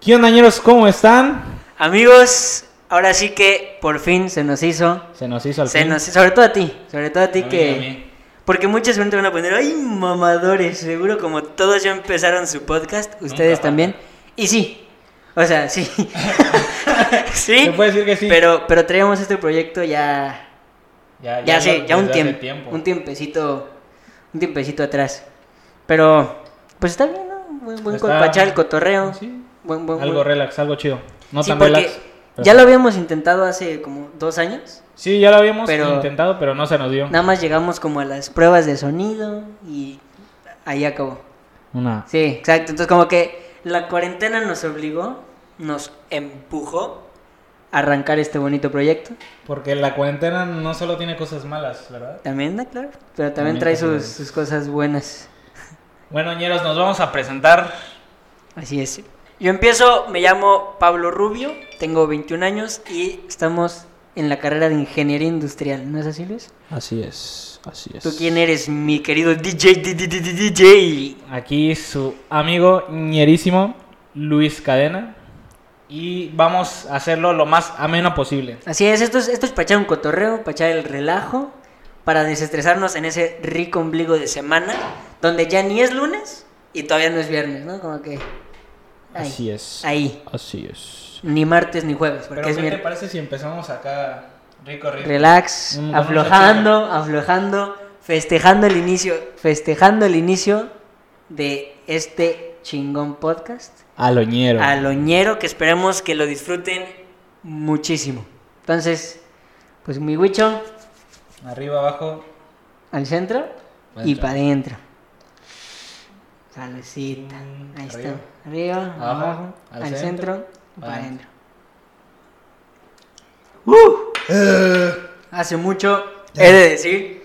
¿Qué onda, ñeros? ¿Cómo están? Amigos, ahora sí que por fin se nos hizo. Se nos hizo al Se fin. nos, sobre todo a ti, sobre todo a ti A mí, que... a mí. Porque muchas gente van a poner, ay, mamadores, seguro como todos ya empezaron su podcast, ustedes Nunca. también. Y sí, o sea, sí. sí. Se puede decir que sí. Pero, pero traíamos este proyecto ya, ya, sí, ya un desde hace tiempo, un tiempecito, un tiempecito atrás. Pero, pues está bien, ¿no? Buen, buen Está- colpachar, el cotorreo. Sí. Buen, buen, Algo buen- relax, algo chido. No Sí, tan porque relax. pero- ya lo habíamos intentado hace como dos años. Sí, ya lo habíamos pero- intentado, pero no se nos dio. Nada más llegamos como a las pruebas de sonido y ahí acabó. Una. Sí, exacto. Entonces como que la cuarentena nos obligó, nos empujó a arrancar este bonito proyecto. Porque la cuarentena no solo tiene cosas malas, ¿verdad? También, ¿no? claro. Pero También también trae cosas sus, buenas. sus cosas buenas. Bueno, ñeros, nos vamos a presentar. Así es. Yo empiezo, me llamo Pablo Rubio, tengo 21 años y estamos en la carrera de Ingeniería Industrial. ¿No es así, Luis? Así es, así es. ¿Tú quién eres, mi querido DJ? di- di- di- di- DJ? Aquí su amigo ñerísimo, Luis Cadena. Y vamos a hacerlo lo más ameno posible. Así es, esto es, esto es para echar un cotorreo, para echar el relajo, para desestresarnos en ese rico ombligo de semana, donde ya ni es lunes y todavía no es viernes, ¿no? Como que... ahí, Así es. Ahí. Así es. Ni martes ni jueves, porque Pero es ¿qué te miércoles. parece si empezamos acá rico, rico? Relax, Mm, vamos aflojando, aflojando, festejando el inicio, festejando el inicio de este chingón podcast. Aloñero. al oñero que esperemos que lo disfruten muchísimo. Entonces, pues mi huicho Arriba, abajo. al centro Pa' y dentro. para adentro. Salucita. Mm, Ahí arriba. está. Arriba, Abajo, abajo, al al, centro, centro, pa' y para adentro. adentro. Uh. Hace mucho, he de decir,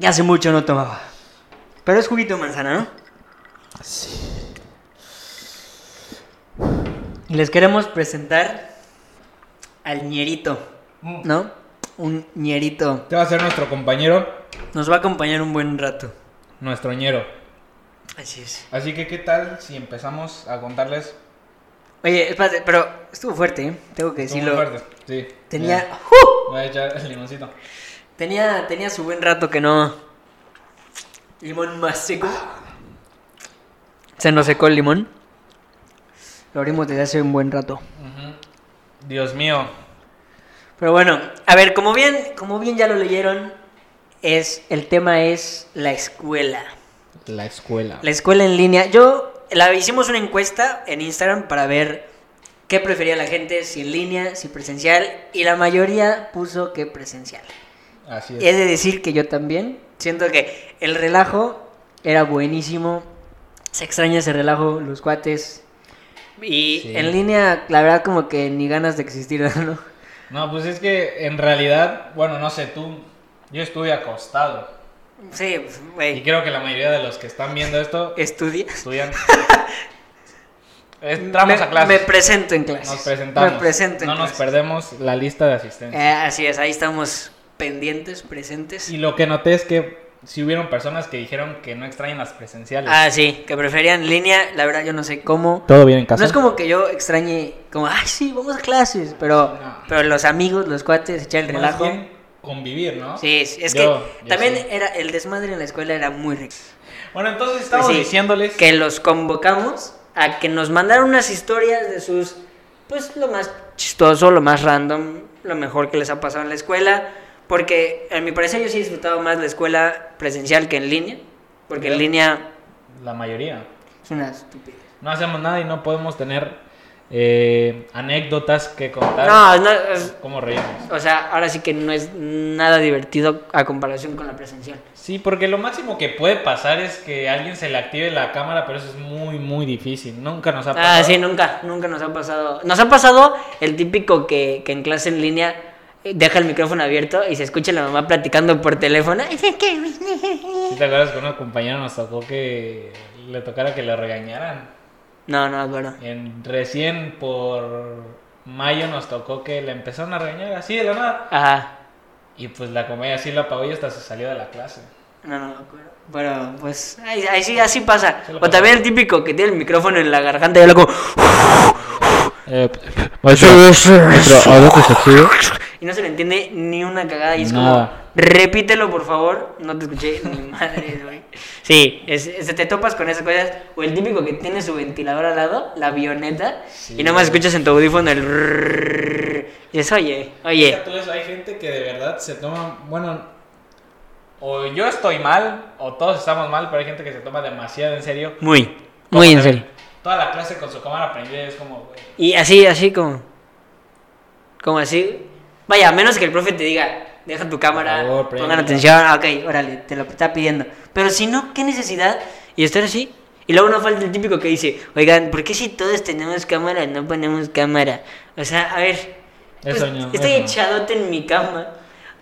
que hace mucho no tomaba. Pero es juguito de manzana, ¿no? Y Les queremos presentar al ñerito, Mm. ¿no? Un ñerito. Este va a ser nuestro compañero, Nos va a acompañar un buen rato. nuestro ñero. Así es. Así que, ¿qué tal si empezamos a contarles? Oye, espérate, pero estuvo fuerte, ¿eh? Tengo que Estuvo decirlo. muy fuerte. Sí. Mira, Tenía, ¡Uh! Voy a echar el limoncito. tenía, tenía su buen rato que no. Limón más seco. Se nos secó el limón. Lo abrimos desde hace un buen rato. Ujú. Dios mío. Pero bueno, a ver, como bien, como bien ya lo leyeron, es el tema es la escuela. La escuela. La escuela en línea. Yo la hicimos una encuesta en Instagram para ver qué prefería la gente, si en línea, si presencial, y la mayoría puso que presencial. Así He es. de decir que yo también. Siento que el relajo era buenísimo. Se extraña ese relajo, los cuates. Y Sí. en línea, la verdad, como que ni ganas de existir, ¿no? No, pues es que en realidad, bueno, no sé tú, yo estuve acostado. Sí, pues, Y güey. creo que la mayoría de los que están viendo esto Estudia. estudian. Entramos me, a clases. Me presento en clases. Nos presentamos. Me presento en no nos clases. perdemos la lista de asistencia. Eh, así es, ahí estamos pendientes, presentes. Y lo que noté es que si hubieron personas que dijeron que no extrañan las presenciales. Ah, sí, que preferían línea, la verdad yo no sé cómo. Todo bien en casa. No es como que yo extrañe, como, ay, sí, vamos a clases, pero, No. pero los amigos, los cuates, echar el Más relajo. bien convivir, ¿no? Sí, es, es Yo- que yo también sí. era el desmadre en la escuela era muy rico. Bueno, entonces estamos Sí, diciéndoles Que los convocamos a que nos mandaran unas historias de sus, pues lo más chistoso, lo más random, lo mejor que les ha pasado en la escuela. Porque a mi parecer yo sí he disfrutado más la escuela presencial que en línea. Porque en Ya. línea la mayoría es una estupidez. no hacemos nada y no podemos tener eh, anécdotas que contar. No, no, es- Como reímos. o sea, ahora sí que no es nada divertido a comparación con la presencial. Sí, porque lo máximo que puede pasar es que a alguien se le active la cámara, pero eso es muy, muy difícil. Nunca nos ha pasado. Ah, sí, nunca, nunca nos ha pasado. Nos ha pasado el típico que, que en clase en línea eh, deja el micrófono abierto y se escucha la mamá platicando por teléfono. ¿Sí te acuerdas que una compañera nos tocó que le tocara que le regañaran? No, no, bueno. En, recién por mayo nos tocó que le empezaron a regañar así de la nada. Ajá. Y pues la comedia sí la apagó y hasta se salió de la clase. No, no me acuerdo. Pero pues ahí, ahí sí, así pasa. O también el típico que tiene el micrófono en la garganta y habla como. Eh, Maestro, maestro, ¿habla tu sexo? Y no se le entiende ni una cagada. Y es Nada. como, repítelo por favor. No te escuché ni madre, güey. Sí, es, es- te topas con esas cosas. O el típico que tiene su ventilador al lado, la avioneta. Y nada más escuchas en tu audífono el. rrrr. Y es, oye, oye. Tú ves, hay gente que de verdad se toma, bueno, o yo estoy mal, o todos estamos mal, pero hay gente que se toma demasiado en serio. Muy, muy en Como que serio. Toda la clase con su cámara prendida y es como, güey. Y así, así como. Como así. Vaya, a menos que el profe te diga, deja tu cámara, Por favor, pongan prende. atención, ah, ok, órale, te lo está pidiendo. Pero si no, ¿qué necesidad? Y estar así. Y luego no falta el típico que dice, oigan, ¿por qué si todos tenemos cámara no ponemos cámara? O sea, a ver, pues, Eso no, estoy eso no. echadote en mi cama.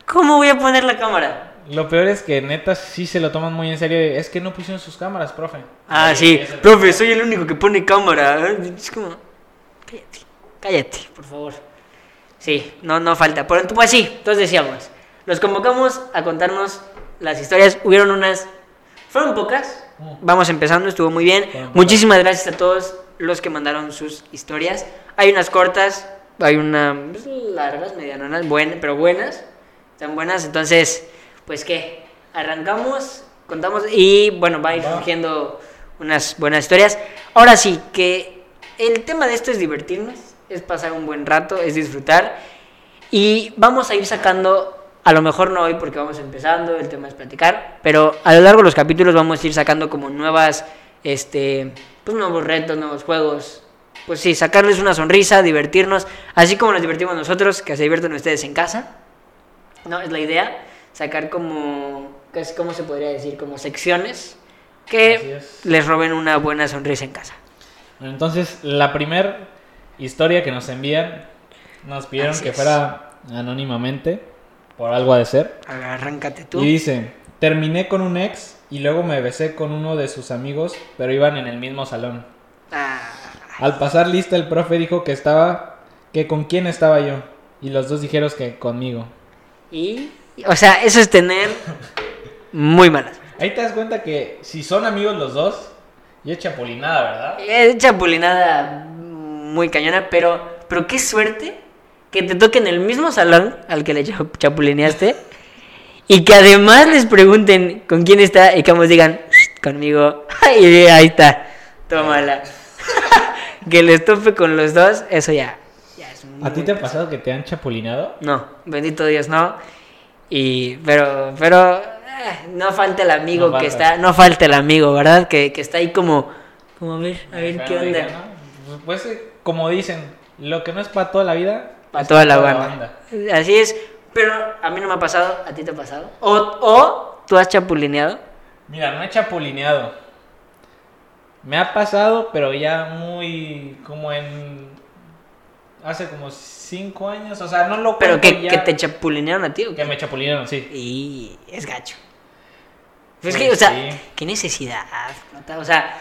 ¿Cómo voy a poner la cámara? Lo peor es que neta sí se lo toman muy en serio. Es que no pusieron sus cámaras, profe. Ah, Oye, sí, es el- profe, soy el único que pone cámara. Es como, cállate, cállate, por favor. Sí, no, no falta. Pero, pues sí, entonces decíamos, los convocamos a contarnos las historias. Hubieron unas, fueron pocas. Vamos empezando, estuvo muy bien. Fueron pocas. Muchísimas gracias a todos los que mandaron sus historias. Hay unas cortas, hay unas largas, medianonas, buenas, pero buenas. Están buenas, entonces, pues qué, arrancamos, contamos y bueno, va a ir Va. surgiendo unas buenas historias. Ahora sí, que el tema de esto es divertirnos, es pasar un buen rato, es disfrutar y vamos a ir sacando, a lo mejor no hoy porque vamos empezando, el tema es platicar, pero a lo largo de los capítulos vamos a ir sacando como nuevas, este, pues nuevos retos, nuevos juegos. Pues sí, sacarles una sonrisa, divertirnos, así como nos divertimos nosotros, que se divierten ustedes en casa. No, es la idea, sacar como, casi como se podría decir, como secciones Así que es. les roben una buena sonrisa en casa. Bueno, entonces, la primer historia que nos envían, nos pidieron Así que es. fuera anónimamente, por algo ha de ser. A ver, Arráncate tú. Y dice, terminé con un ex y luego me besé con uno de sus amigos, pero iban en el mismo salón. Ah, Al pasar lista, el profe dijo que estaba, que con quién estaba yo. Y los dos dijeron que conmigo. y, o sea, eso es tener muy malas. Ahí te das cuenta que si son amigos los dos, y es chapulinada, ¿verdad? Es chapulinada muy cañona, pero, pero qué suerte que te toquen el mismo salón al que le cha- chapulineaste y que además les pregunten con quién está y que ambos digan, conmigo, y ahí está, tómala. que les tope con los dos, eso ya, ya es ¿A ti muy- te ha pasado que te han chapulinado? No, bendito Dios, no. Y, pero, pero, eh, no falta el amigo No que falta. está, no falta el amigo, ¿verdad? Que, que está ahí como, como a ver, a ver Pero qué onda. dije, ¿no? Pues eh, como dicen, lo que no es para toda la vida, Para es toda la pa' banda. Así es. Pero a mí no me ha pasado, a ti te ha pasado. O, o tú has chapulineado. Mira, no he chapulineado. Me ha pasado, pero ya muy como en hace como cinco años, o sea, no lo Pero cuento que, pues ya- que te chapulinearon a ti. ¿o qué? que me chapulinearon, sí. Y es gacho. Pues Pues que, o sea, sí. qué necesidad. neta? O sea,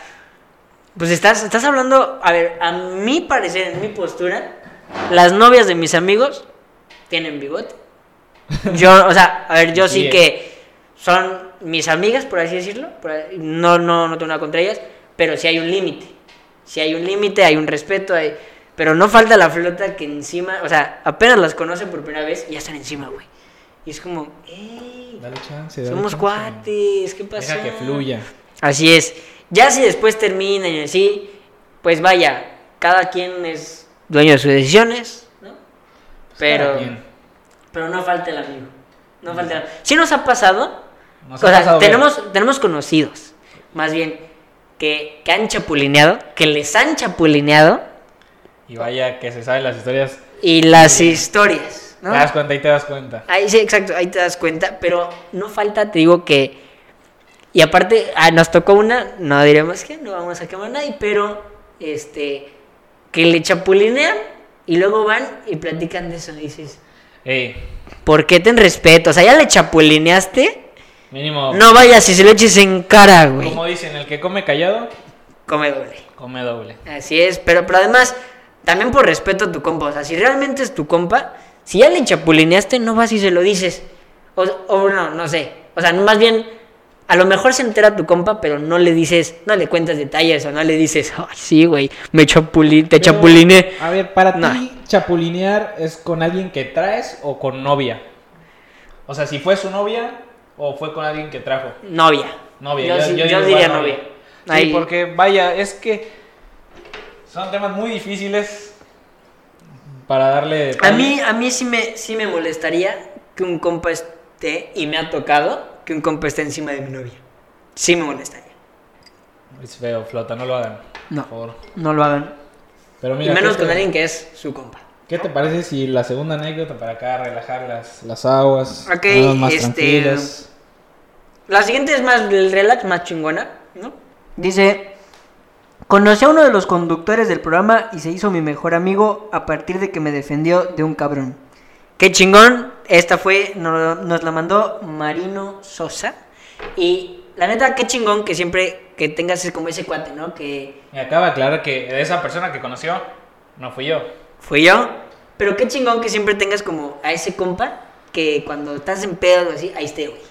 pues estás, estás hablando, a ver, a mi parecer, en mi postura, las novias de mis amigos tienen bigote. Yo, o sea, a ver, yo sí Bien. que son mis amigas, por así decirlo. por ahí- no, no, no tengo nada contra ellas, pero sí hay un límite. Si hay un límite, hay un respeto, hay... pero no falta la flota que encima, o sea, apenas las conoce por primera vez y ya están encima, güey. Y es como, ¡ey! Dale chance, dale Somos chance. cuates, ¿qué pasa? Deja Pues que fluya. Así es. Ya si después terminan y así, pues vaya, cada quien es dueño de sus decisiones, ¿no? Pero, Pues Cada quien. pero no falta el amigo. No falta el Sí nos ha pasado, Nos o ha sea, pasado, güey. tenemos, tenemos conocidos, más bien, que, que han chapulineado, que les han chapulineado Y vaya que se saben las historias. y las historias, ¿no? Te das cuenta y te das cuenta. Ahí sí, exacto, ahí te das cuenta, pero no falta, te digo que. Y aparte, ah, nos tocó una, no diremos que no vamos a quemar a nadie, pero este. que le chapulinean y luego van y platican de eso. Y dices, Ey, ¿por qué ten respeto? O sea, ya le chapulineaste. mínimo. No vayas y se lo eches en cara, güey. Como dicen, el que come callado, Come doble. come doble. Así es, pero, pero además, también por respeto a tu compa. O sea, si realmente es tu compa, si ya le chapulineaste, no vas y se lo dices. O, o no, no sé. O sea, más bien, A lo mejor se entera tu compa, pero no le dices, no le cuentas detalles o no le dices, ay, sí, güey, me chapulín, te Pero, chapuliné. A ver, para Nah. ti, chapulinear es con alguien que traes o con novia. O sea, si fue su novia o fue con alguien que trajo. Novia. Novia. Yo, sí- yo digo diría igual novia. Sí, Ahí- porque vaya, es que son temas muy difíciles para darle. A detalle. mí, a mí sí, me, sí me molestaría que un compa esté, y me ha tocado, que un compa esté encima de mi novia. Sí me molestaría. Es feo, flota, no lo hagan. No. Por favor. No lo hagan. Pero Y mira, menos ¿qué con te- alguien que es su compa. ¿Qué te parece si la segunda anécdota para acá relajar las, las aguas? Ok, ponernos más este, tranquilas? La siguiente es más el relax, más chingona, ¿no? Dice, conocí a uno de los conductores del programa y se hizo mi mejor amigo a partir de que me defendió de un cabrón. Qué chingón, esta fue, no- nos la mandó Marino Sosa. Y la neta, qué chingón que siempre que tengas como ese cuate, ¿no? Que Me acaba de aclarar que esa persona que conoció no fui yo. fui yo. Pero qué chingón que siempre tengas como a ese compa que cuando estás en pedo o así, ahí esté, güey.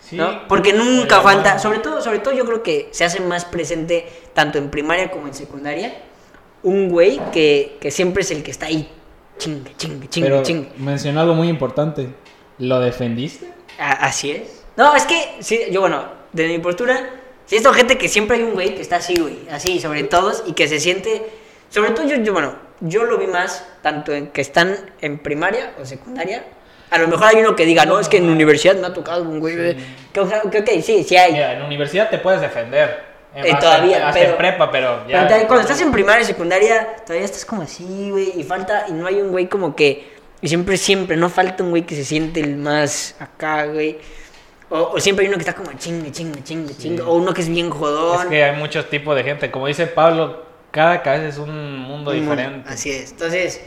Sí, ¿no? Porque nunca pero falta, bueno. sobre todo, sobre todo yo creo que se hace más presente tanto en primaria como en secundaria, un güey que, que siempre es el que está ahí, chingue, chingue, chingue, Pero chingue. mencionó algo muy importante. ¿Lo defendiste? A- así es. No, es que, sí, yo bueno, de mi postura, sí, esto gente que siempre hay un güey que está así, güey, así, sobre todos, y que se siente, sobre todo yo, yo, bueno, yo lo vi más tanto en que están en primaria o secundaria. A lo mejor hay uno que diga, no, es que en universidad me ha tocado un güey. Sí. Que, o sea, que, ok, sí, sí hay. Mira, en universidad te puedes defender. Eh, Hasta- todavía, hasta pero- en prepa, pero ya. Pero te- cuando estás en primaria y secundaria, todavía estás como así, güey, y falta, y no hay un güey como que, y siempre, siempre, no falta un güey que se siente el más acá, güey. O, o siempre hay uno que está como chingue, chingue, chingue, chingue, o uno que es bien jodón. Es que hay muchos tipos de gente. Como dice Pablo, cada cabeza es un mundo Muy bueno, diferente. Así es, entonces,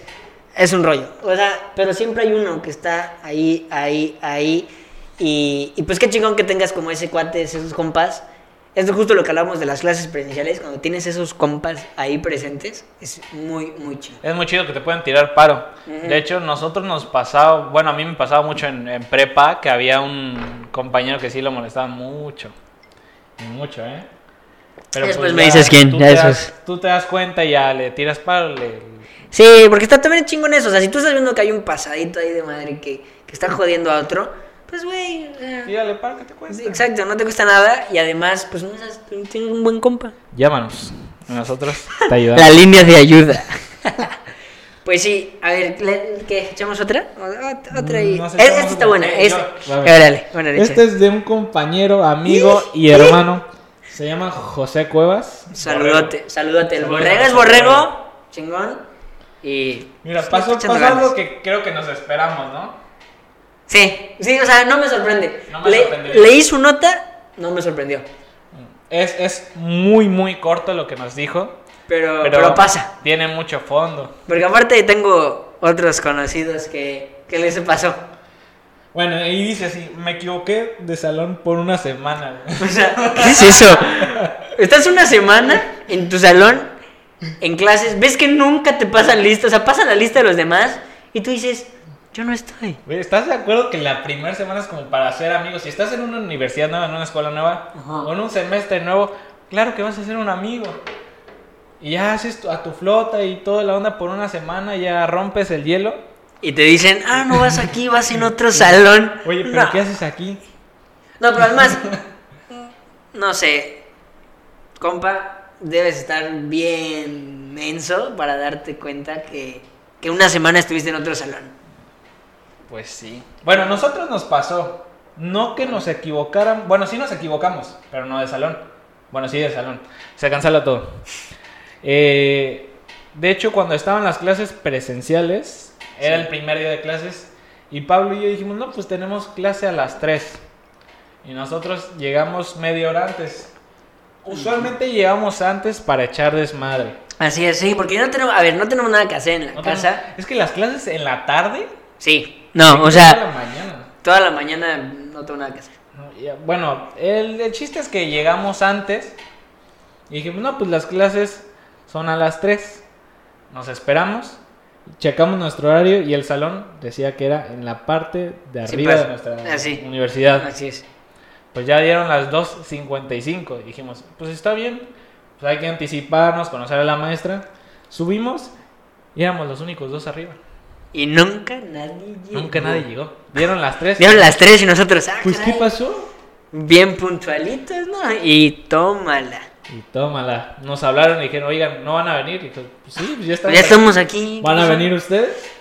es un rollo. O sea, pero siempre hay uno que está ahí, ahí, ahí, y, y pues qué chingón que tengas como ese cuate, esos compas. Es justo lo que hablamos de las clases presenciales, cuando tienes esos compas ahí presentes, es muy, muy chingón. Es muy chido que te puedan tirar paro. De hecho, nosotros nos pasaba, bueno, a mí me pasaba mucho en, en prepa que había un compañero que sí lo molestaba mucho. Y Mucho, ¿eh? pues Después me dices quién, tú ya te eso das- es. Tú te das cuenta y ya le tiras paro. le- Sí, porque está también chingón eso. O sea, si tú estás viendo que hay un pasadito ahí de madre que, que está jodiendo a otro, pues güey. o sea, Tírale paro que te cuesta. exacto, no te cuesta nada. Y además, pues no seas- tienes un buen compa. Llámanos. Nosotros te ayudamos. La línea de ayuda. Pues sí, a ver, le- ¿qué? ¿Echamos otra? Ot- Otra y. Mm, no sé, Eh, echamos esta está otra. buena. Eh, Esta. yo- a ver. Órale, órale, Este es de un compañero, amigo y hermano. Se llama José Cuevas. echa. Saludote, saludote. El Saludos. borrego es borrego. Chingón. Y. Mira, pues, pasó, le echando pasó algo ganas. que creo que nos esperamos, ¿no? Sí, sí, o sea, no me sorprende. No me Le- sorprendería. leí su nota, no me sorprendió. Es, es muy, muy corto lo que nos dijo. Pero, Pero, pero, pasa. Tiene mucho fondo. Porque aparte tengo otros conocidos que, que les pasó. Bueno, y dice así, me equivoqué de salón por una semana. O sea, ¿qué es eso? Estás una semana en tu salón, en clases, ves que nunca te pasan lista, o sea, pasa la lista de los demás y tú dices, yo no estoy. Güey, ¿Estás de acuerdo que la primera semana es como para hacer amigos? Si estás en una universidad nueva, en una escuela nueva, Ajá. o en un semestre nuevo, claro que vas a ser un amigo. Y ya haces tu- a tu flota y toda la onda por una semana, ya rompes el hielo. Y te dicen, ah, no vas aquí, vas en otro salón. Oye, pero no. ¿qué haces aquí? No, pero además, no sé, compa, debes estar bien menso para darte cuenta que, que una semana estuviste en otro salón. Pues sí. Bueno, a nosotros nos pasó. No que nos equivocaran. Bueno, sí nos equivocamos, pero no de salón. Bueno, sí de salón. Se cancela todo. Eh, de hecho, cuando estaban las clases presenciales, era el primer día de clases, y Pablo y yo dijimos, no, pues tenemos clase a las 3. Y nosotros llegamos media hora antes. Usualmente llegamos antes para echar desmadre. Así es, sí, porque no tenemos, a ver, no tenemos nada que hacer en la No tenemos- casa. Es que las clases en la tarde. Sí. No, o de sea, la mañana. toda la mañana no tengo nada que hacer. No, ya, Bueno, el, el chiste es que llegamos antes y dijimos, no, pues las clases son a las 3. Nos esperamos, checamos nuestro horario y el salón decía que era en la parte de Sí, arriba pues, Ah, de nuestra así. Ah. universidad. Así es. Pues ya dieron las 2.55. Dijimos, pues está bien. Pues hay que anticiparnos, conocer a la maestra. Subimos y éramos los únicos dos arriba. Y nunca nadie llegó. Nunca nadie llegó. Dieron las 3. Dieron las tres y nosotros, ah, Pues ¿qué caray, pasó? Bien puntualitos, ¿no? Y tómala. Y tómala. Nos hablaron y dijeron, oigan, ¿no van a venir? Y dije, pues sí, pues ya estamos. Ya aquí. estamos aquí. ¿Van a venir ustedes?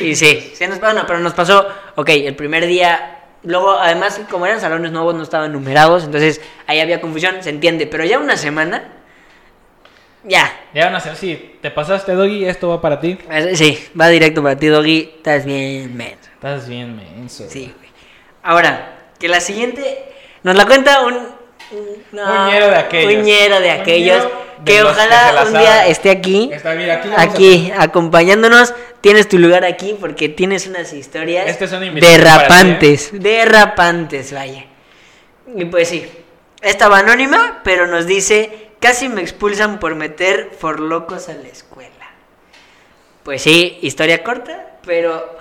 Y sí, se nos pasó, no, pero nos pasó, ok, el primer día, luego además como eran salones nuevos no estaban numerados, entonces ahí había confusión, se entiende, pero ya una semana, ya, Ya van a ser, sí, te pasaste, Doggy, esto va para ti. eh, sí, va directo para ti, Doggy, estás bien, men. Estás bien, menso. Sí, güey. Ahora, que la siguiente nos la cuenta un... un- no, Uñero de aquellos. uñero de aquellos. Uñero de que los que se ojalá la un saben. día esté aquí. Está bien, aquí le vamos a- aquí, acompañándonos. Tienes tu lugar aquí porque tienes unas historias Esta Este es una invitación derrapantes. Derrapantes, vaya. Y pues sí. Esta va anónima, pero nos dice: Casi me expulsan por meter for locos a la escuela. Pues sí, historia corta, pero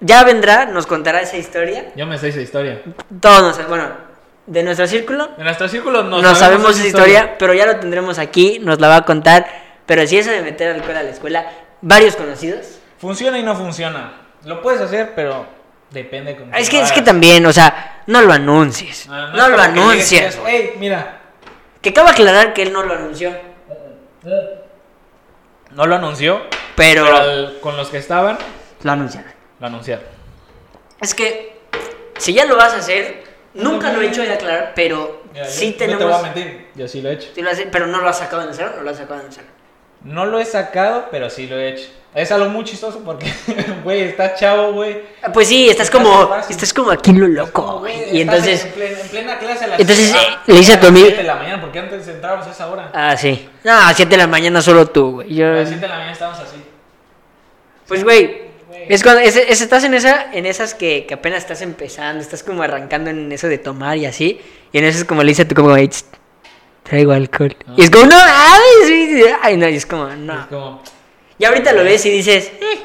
ya vendrá, nos contará esa historia. Yo me sé esa historia. Todos, nos- bueno, de nuestro círculo, En nuestro círculo no, no, sabemos esa historia, pero ya lo tendremos aquí, nos la va a contar. Pero si eso de meter alcohol a la escuela, varios conocidos. Funciona y no funciona. Lo puedes hacer, pero depende con quién Es que, lo es que hagas. también, o sea, no lo anuncies. Ah, no es como que lo llegues y anuncies. digas, güey. Ey, mira. Que acaba aclarar que él no lo anunció. No lo anunció, Pero, pero al- con los que estaban, lo anunciaron. lo anunciaron. Es que, si ya lo vas a hacer, nunca lo he hecho de aclarar, pero Mira, yo- sí yo tenemos. te voy a mentir. Yo sí lo he hecho. Sí lo hace, pero no lo has sacado en el salón, no lo has sacado en el salón. No lo he sacado, pero sí lo he hecho. Es algo muy chistoso porque, güey, está chavo, güey. Ah, Pues sí, estás Estás como, fácil. estás como aquí en lo Es como, loco. güey, güey. Y estás entonces, En plena, en plena clase a las entonces, siete- eh, le hice a tu amigo- siete de la mañana, porque antes entrábamos a esa hora. ah, mm. sí. No, a 7 de la mañana solo tú, güey. Yo, A las 7 de la mañana estábamos así. pues, güey, Güey. es cuando, es- es- estás en, esa, en esas que, que apenas estás empezando, estás como arrancando en eso de tomar y así. Y en eso es como le dice a tu como, "Ey, tss, traigo alcohol. Ah. Y es como, no, ay, sí, sí". Ay, no, y es como, Es no. como, Y ahorita lo ves y dices, "Eh",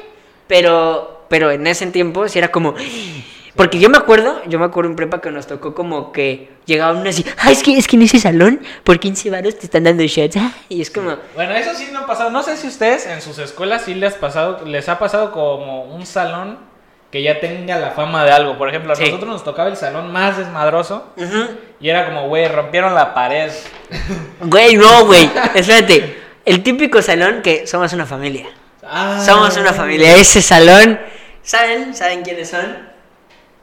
pero, pero en ese tiempo sí era como, "Ay". porque yo me acuerdo, yo me acuerdo en prepa que nos tocó como que llegaba uno así, ay, es que, es que en ese salón por 15 varos te están dando shots, ah", y es como, Bueno, eso sí no ha pasado. No sé si ustedes en sus escuelas sí les, pasado, les ha pasado como un salón que ya tenga la fama de algo. Por ejemplo, a Sí. nosotros nos tocaba el salón más desmadroso "Ujú". y era como, güey, rompieron la pared. güey, no, güey, espérate, el típico salón que somos una familia, Ah. somos una familia, ese salón, ¿saben? ¿Saben quiénes son?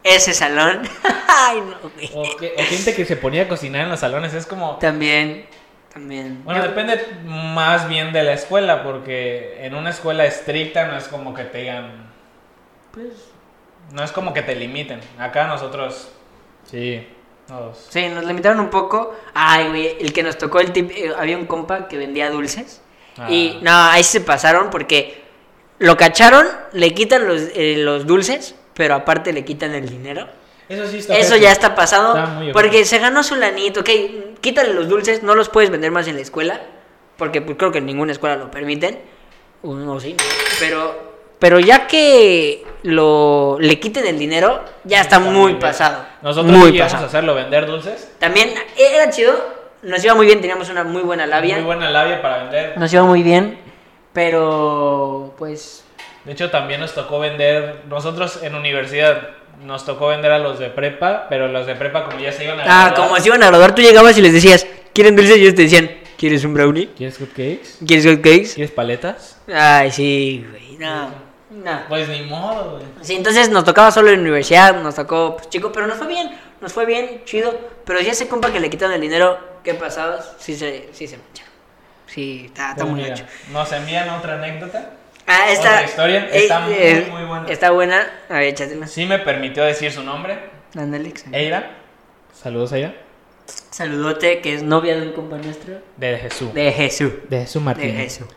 Ese salón, ay, no, O, güey, que- o gente que se ponía a cocinar en los salones. Es como. también, también. Bueno, depende más bien de la escuela, porque en una escuela estricta no es como que te digan. Pues. No es como que te limiten. Acá nosotros. Sí. Nos, Sí, nos limitaron un poco. Ay, güey, el que nos tocó el tip, eh, había un compa que vendía dulces. Ah. Y no, ahí se pasaron porque lo cacharon, le quitan los, eh, los dulces, pero aparte le quitan el dinero. Eso sí está. Eso feo. ya está pasado. Está muy porque ojete. se ganó su lanito. Ok, quítale los dulces, no los puedes vender más en la escuela. Porque pues, creo que en ninguna escuela lo permiten. O no, sí. no. Pero, pero ya que lo, le quiten el dinero, ya está, muy bien. pasado. Nosotros muy sí íbamos a hacerlo, vender dulces. también e-, era chido, nos iba muy bien, teníamos una muy buena labia. Muy buena labia para vender. Nos iba muy bien, pero pues De hecho, también nos tocó vender. Nosotros en universidad nos tocó vender a los de prepa, pero los de prepa, como ya se iban a. ah, graduar- como se iban a graduar, tú llegabas y les decías, "¿Quieren dulces?" y ellos te decían, "¿Quieres un brownie? ¿Quieres cupcakes? ¿Quieres hot cakes?" ¿Quieres paletas? Ay, sí, güey. No. No. Pues ni modo, güey. Sí, entonces nos tocaba solo en la universidad, nos tocó pues, chico, pero nos fue bien, nos fue bien, chido, pero si ese compa que le quitaron el dinero, ¿qué pasabas? Sí se sí se mancha. Sí, está, está Pues muy mira, gacho. Nos envían otra anécdota. Ah, esta eh, Otra historia, está muy, muy buena. Está buena. A ver, échatela. Sí me permitió decir su nombre. Ándale, que- Eira. Saludos, Eira. Eh, Saludote, que es novia de un compa nuestro. De Jesús. De Jesús. De Jesús De Martínez. Jesús.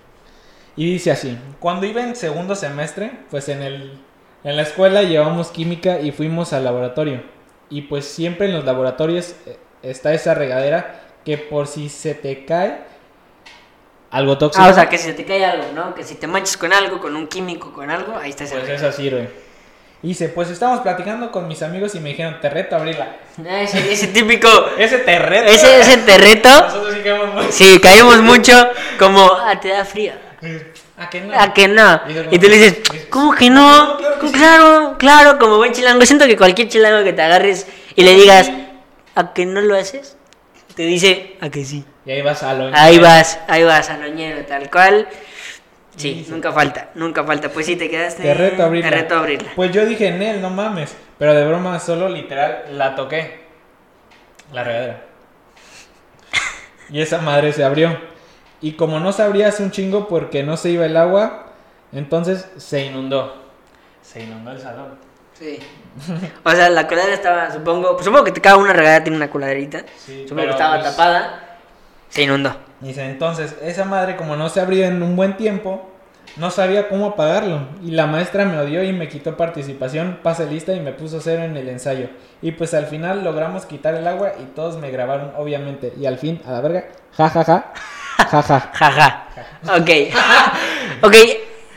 Y dice así, cuando iba en segundo semestre, pues en, el, en la escuela llevamos química y fuimos al laboratorio. Y pues siempre en los laboratorios eh, está esa regadera que por si se te cae algo tóxico, Ah, o sea, que si se te cae algo, ¿no? Que si te manches con algo, con un químico, con algo, ahí está ese. pues esa sirve. Y dice, pues estamos platicando con mis amigos y me dijeron, te reto a abrirla. Ah, Ese, ese típico. Ese te reto. Ese es el terreto. Nosotros sí quedamos muy... Sí, caímos mucho. Como, ah, te da frío. ¿A qué no? ¿A que no? Y tú Y tú le dices, ¿cómo que no? Claro que sí. Claro, claro, como buen chilango. Siento que cualquier chilango que te agarres y le digas, ¿a que no lo haces? Te dice, ¿a que sí? Y ahí ¿eh? vas a lo... Ahí vas, ahí vas, aloñero, tal cual. Sí, nunca falta, nunca falta. Pues sí, te quedaste. Te reto a abrirla. Te reto a abrirla. Pues yo dije, en él, no mames. Pero de broma, solo literal la toqué. La regadera. Y esa madre se abrió. Y como no sabría hace un chingo porque no se iba el agua, entonces se inundó. Se inundó el salón. Sí. O sea, la coladera estaba, supongo, pues supongo que cada una regadera tiene una coladerita. Sí, supongo pero que estaba pues- tapada. Se inundó. Dice, entonces, esa madre como no se abrió en un buen tiempo, no sabía cómo apagarlo. Y la maestra me odió y me quitó participación, pase lista y me puso cero en el ensayo. Y pues al final logramos quitar el agua y todos me grabaron, obviamente. Y al fin, a la verga, ja ja ja, ja ja. Jaja. Ok. ok.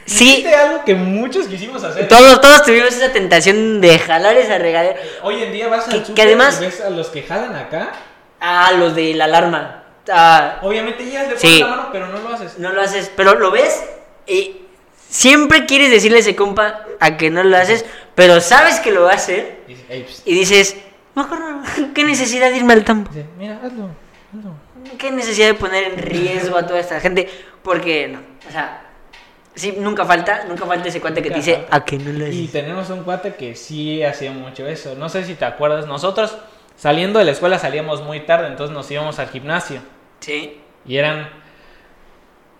Sí, Hiciste algo que muchos quisimos hacer. todos, todos tuvimos esa tentación de jalar esa regadera. Hoy en día vas Que- al que súper además- y ves a los que jalan acá. Ah, los de la alarma. Ah, Obviamente llegas de Sí. la mano, pero no lo haces. no lo haces, pero lo ves y siempre quieres decirle a ese compa a que no lo haces, pero sabes que lo va a hacer Dice, "Ey, pues, pst". y dices, mejor no, qué necesidad de irme al tambo. Dice, mira, hazlo, hazlo. ¿Qué necesidad de poner en riesgo a toda esta gente? Porque no, o sea, sí, nunca falta, nunca falta ese cuate que te Nunca dice falta. a que no lo Y haces. tenemos un cuate que sí hacía mucho eso. No sé si te acuerdas, nosotros saliendo de la escuela salíamos muy tarde, entonces nos íbamos al gimnasio. Sí. Y eran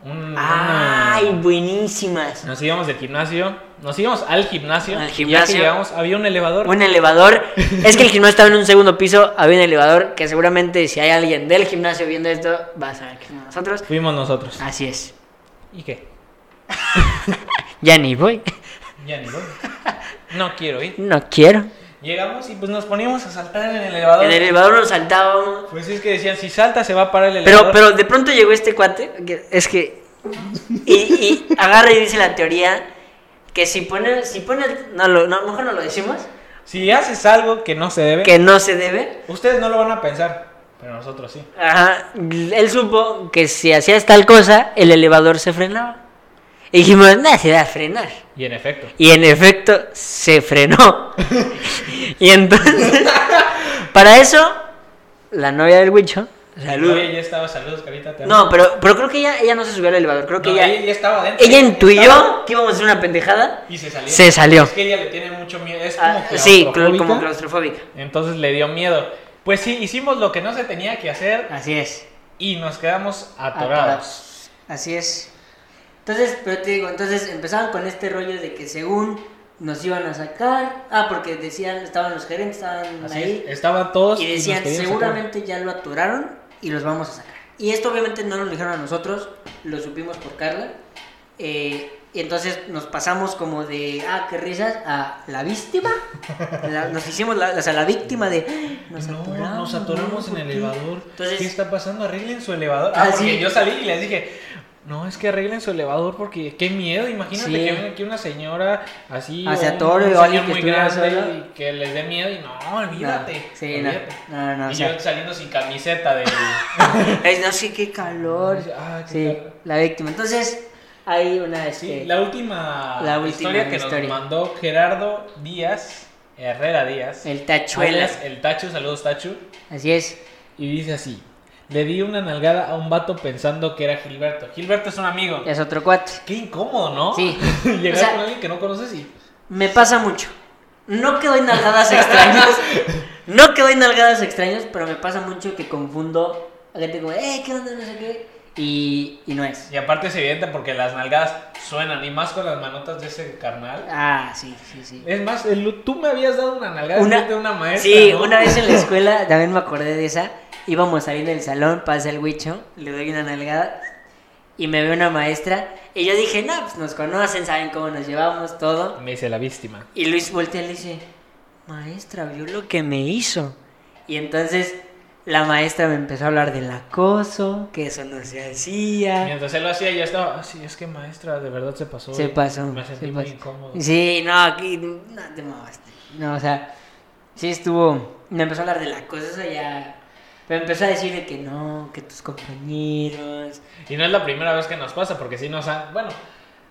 un- una- Ay, buenísimas. Nos íbamos del gimnasio, nos íbamos al gimnasio. Al y ya que gimnasio. llegamos, había un elevador. Un elevador. Es que el gimnasio estaba en un segundo piso, había un elevador que seguramente si hay alguien del gimnasio viendo esto, va a saber que somos nosotros. Fuimos nosotros. Así es. ¿Y qué? Ya ni voy. Ya ni voy. No quiero ir. No quiero. Llegamos y pues nos poníamos a saltar en el elevador. En el elevador nos saltábamos. Pues es que decían, si salta se va a parar el Pero, elevador. pero de pronto llegó este cuate, que es que... Y, y agarra y dice la teoría que si pone... Si pone no, lo, no, mejor no lo decimos. Si haces algo que no se debe, Que no se debe. ustedes no lo van a pensar, pero nosotros sí. Ajá. Él supo que si hacías tal cosa, el elevador se frenaba. Y dijimos, nada, se va a frenar. Y en efecto. Y en efecto, se frenó. y entonces, para eso, la novia del Huicho. Saludos. Saludos. Ella ya estaba, saludos, Carita. te amo. No, pero, pero creo que ella, ella no se subió al elevador. Creo que No, ella, ella ya estaba dentro. ella intuyó Estaba- que íbamos a hacer una pendejada. Y se salió. Se salió. Es que ella le tiene mucho miedo. Es como Ah, sí, cl- claustrofóbica, como claustrofóbica. Entonces le dio miedo. Pues sí, hicimos lo que no se tenía que hacer Así es. y nos quedamos atorados. Atorados. Así es. Entonces, pero te digo, entonces empezaban con este rollo de que según nos iban a sacar, ah, porque decían, estaban los gerentes, estaban Así ahí, es, Estaban todos. Y nos decían, querían sacar. seguramente ya lo atoraron y los vamos a sacar. Y esto obviamente no nos dijeron a nosotros, lo supimos por Carla. eh, y entonces nos pasamos como de, ah, qué risas, a la víctima. La- nos hicimos la, o sea, la víctima de, "Ah, nos No, atoraron. nos atoramos ¿no? en el ¿Por qué?". elevador. Entonces- ¿Qué está pasando? Arreglen su elevador. Ah, Ah, porque sí. yo salí y les dije, no, es que arreglen su elevador porque qué miedo. Imagínate Sí. que venga aquí una señora así. Ah, se un- atore un o alguien señor que muy estuviera grande solo. y que les dé miedo. Y no, olvídate. No, sí, no, olvídate". no, no, y o sea- yo saliendo sin camiseta de. Es, no sé qué calor. Ah, qué sí, calor. la víctima. Entonces, hay una Sí, este, la última, La última historia que historia. nos mandó Gerardo Díaz, Herrera Díaz. el tachuela. alias El Tachu, saludos Tachu. Así es. Y dice así: Le di una nalgada a un vato pensando que era Gilberto. Gilberto es un amigo. Es otro cuate. Qué incómodo, ¿no? Sí. Llegar O sea- con alguien que no conoces y. Me pasa mucho. No que doy nalgadas extrañas. No que doy nalgadas extrañas, pero me pasa mucho que confundo a gente como, eh, ¿qué onda? No sé qué. Y, y no es. Y aparte es evidente porque las nalgadas suenan y más con las manotas de ese carnal. Ah, sí, sí, sí. Es más, el- tú me habías dado una nalgada Una- de una maestra. Sí, ¿no? una vez en la escuela, también me acordé de esa. Íbamos saliendo del salón, pasa el huicho, le doy una nalgada y me ve una maestra. Y yo dije, no, pues nos conocen, saben cómo nos llevamos, todo. Me dice la víctima. Y Luis voltea y le dice, maestra, vio lo que me hizo. Y entonces La maestra me empezó a hablar del acoso, que eso no se hacía. Mientras él lo hacía, yo estaba, "Ah, sí, es que maestra, de verdad se pasó. Se y pasó. Me sentí se muy pasó. incómodo. Sí, no, aquí no te mamaste. No, o sea, sí estuvo. Me empezó a hablar de la cosa, eso ya. Me empezó a decir de que no, que tus compañeros. Y no es la primera vez que nos pasa, porque sí nos han, bueno,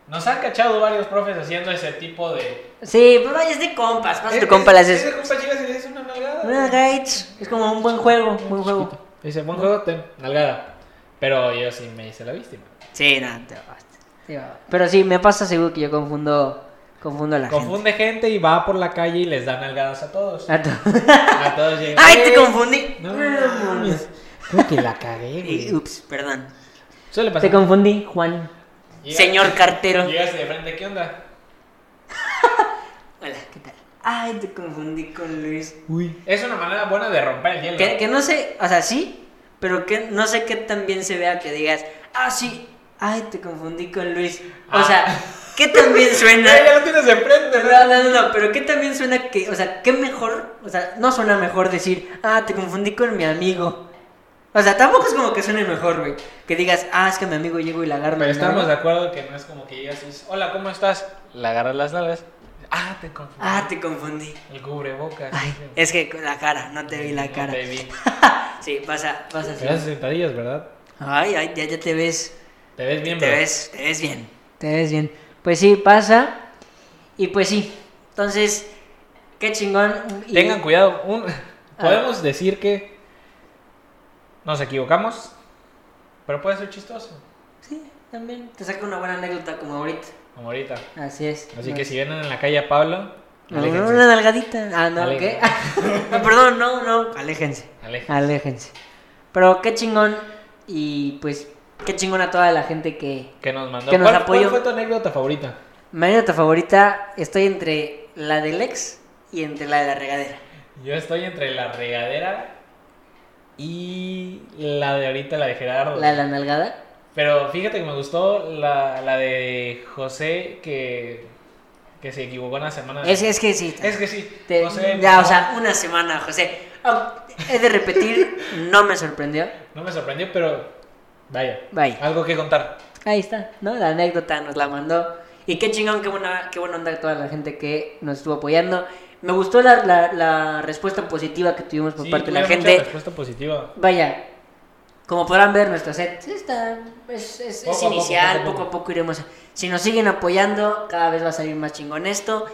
nos han cachado varios profes haciendo ese tipo de... Sí, pues vaya, es de compas. Pasa tu Es- compa, le es- haces. es de compa, llegas y le dices una nalgada. "Bueno, Gates", Es como un buen juego, buen juego. Dice, buen juego, ten, nalgada. Pero yo sí me hice la víctima. Sí, no, te mamaste. Te mamaste. Pero sí, me pasa seguro que yo confundo, confundo a la Confunde gente y va por la calle y les da nalgadas a todos. gente. A tu- A todos llegan, Ah. ¡Ay, te "Ey, confundí! No mames, creo que la cagué, Y- güey. Ups, perdón. Suele Te pasar. confundí, Juan. Llegas- Señor cartero. Llegas y de frente, ¿qué onda? Hola, ¿qué tal? Ay, te confundí con Luis. Uy. Es una manera buena de romper el hielo. Que, que no sé, o sea, sí, pero que no sé qué tan bien se vea que digas, ah, sí, ay, te confundí con Luis. O Ah. sea, qué tan bien suena. Ay, ya lo tienes enfrente, ¿no? No, no, no, no, pero qué también suena que, o sea, qué mejor, o sea, no suena mejor decir, ah, te confundí con mi amigo. O sea, tampoco es como que suene mejor, güey. Que digas, ah, es que mi amigo llegó y la agarra. Pero estamos de ¿no? acuerdo que no es como que llegas y dices, hola, ¿cómo estás? Le agarras las nalgas. Ah, te confundí. Ah, te confundí. El cubrebocas. Ay, Sí. es que con la cara, no te vi la No cara. te vi. Sí, pasa, pasa Te haces así. sentadillas, ¿verdad? Ay, ay, ya, ya te ves. Te ves bien, Te bro. ves, te ves bien. Te ves bien. Pues sí, pasa. Y pues sí. Entonces, qué chingón. Y- Tengan cuidado. un- Podemos decir que nos equivocamos, pero puede ser chistoso, Sí, también. Te saca una buena anécdota como ahorita. como ahorita. Así es. Así No. que si vienen en la calle a Pablo, No, aléjense. una nalgadita. Ah, no, Aléjense. ¿qué? No, perdón, no, no. Aléjense. Aléjense. Aléjense. Pero qué chingón. Y pues, qué chingón a toda la gente que. Que nos mandó. Que nos ¿Cuál, apoyó. cuál fue tu anécdota favorita? Mi anécdota favorita, estoy entre la del ex y entre la de la regadera. Yo estoy entre la regadera y la de ahorita, la de Gerardo. La de la nalgada. Pero fíjate que me gustó la, la de José que, que se equivocó en la semana. Es, es que sí. Ah. Es que sí. Te- José, ya, por favor. o sea, una semana, José. Ah, he de repetir, no me sorprendió. No me sorprendió, pero vaya. Vaya. Algo que contar. Ahí está, ¿no? La anécdota nos la mandó. Y qué chingón, qué buena, qué buena onda toda la gente que nos estuvo apoyando. Me gustó la, la- la respuesta positiva que tuvimos por Sí, parte de la tuvieron mucha gente. respuesta positiva. Vaya, como podrán ver, nuestra set está, es, es- es Poco a poco, inicial, poco a poco a poco. poco iremos. Si nos siguen apoyando, cada vez va a salir más chingón esto.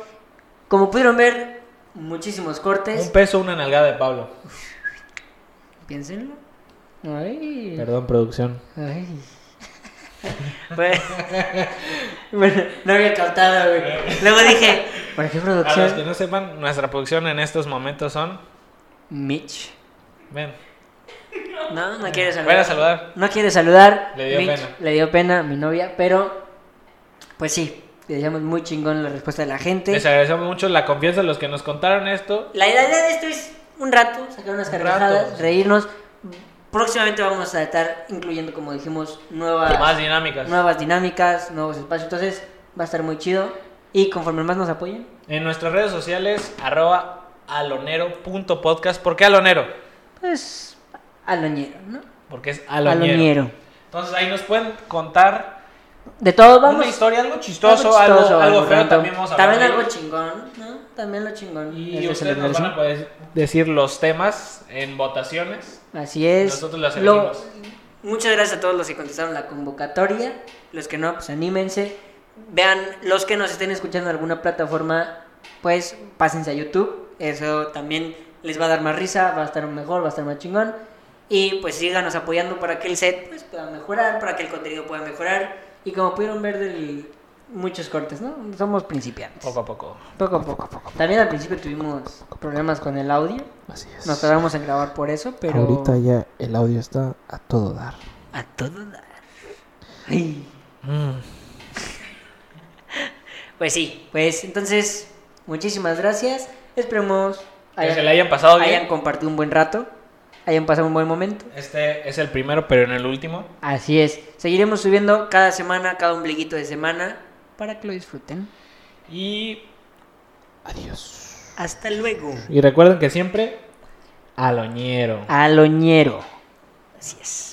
Como pudieron ver, muchísimos cortes. Un peso, una nalgada de Pablo. Piénsenlo. Ay. Perdón, producción. Ay. Bueno, bueno, no había captado, güey. Luego dije, ¿para qué A los que producción? Ah, no sepan, nuestra producción en estos momentos son. Mitch. Ven, No, no quiere ven a saludar. saludar. No quiere saludar. Le dio Mitch pena. Le dio pena a mi novia, pero pues sí, le decíamos muy chingón la respuesta de la gente. Les agradecemos mucho la confianza de los que nos contaron esto. La idea de esto es un rato, sacar unas Un carcajadas, rato. reírnos. Próximamente vamos a estar incluyendo, como dijimos, nuevas Más dinámicas. nuevas dinámicas, nuevos espacios. Entonces va a estar muy chido. Y conforme más nos apoyen, En nuestras redes sociales, arroba alonero.podcast. ¿Por qué alonero? pues al oñero, ¿no? Porque es Al alonero. oñero. Entonces ahí nos pueden contar De todo una vamos. historia, algo chistoso, algo, algo, algo chistoso, algo feo random. también vamos a hablar También de algo ello. chingón, ¿no? También lo chingón. es Y ustedes de nos celebrarse. van a poder decir los temas en votaciones. Así es. Nosotros las Lo- elegimos. Muchas gracias a todos los que contestaron la convocatoria. Los que no, pues anímense. Vean, los que nos estén escuchando en alguna plataforma, pues pásense a YouTube. Eso también les va a dar más risa, va a estar mejor, va a estar más chingón. Y pues síganos apoyando para que el set pues, pueda mejorar, para que el contenido pueda mejorar. Y como pudieron ver del... muchos cortes, ¿no? Somos principiantes. Poco a poco. Poco a poco. También al principio tuvimos problemas con el audio. Así es. Nos tardamos en grabar por eso, pero... Ahorita ya el audio está a todo dar. A todo dar. Ay. Mm. Pues sí, pues entonces, muchísimas gracias. Esperemos Que se le hayan pasado bien. hayan compartido un buen rato, hayan pasado un buen momento. Este es el primero, pero en el último. Así es. Seguiremos subiendo cada semana, cada ombliguito de semana, para que lo disfruten. Y, Adiós. Hasta luego. y recuerden que siempre Aloñero. Aloñero. Así es.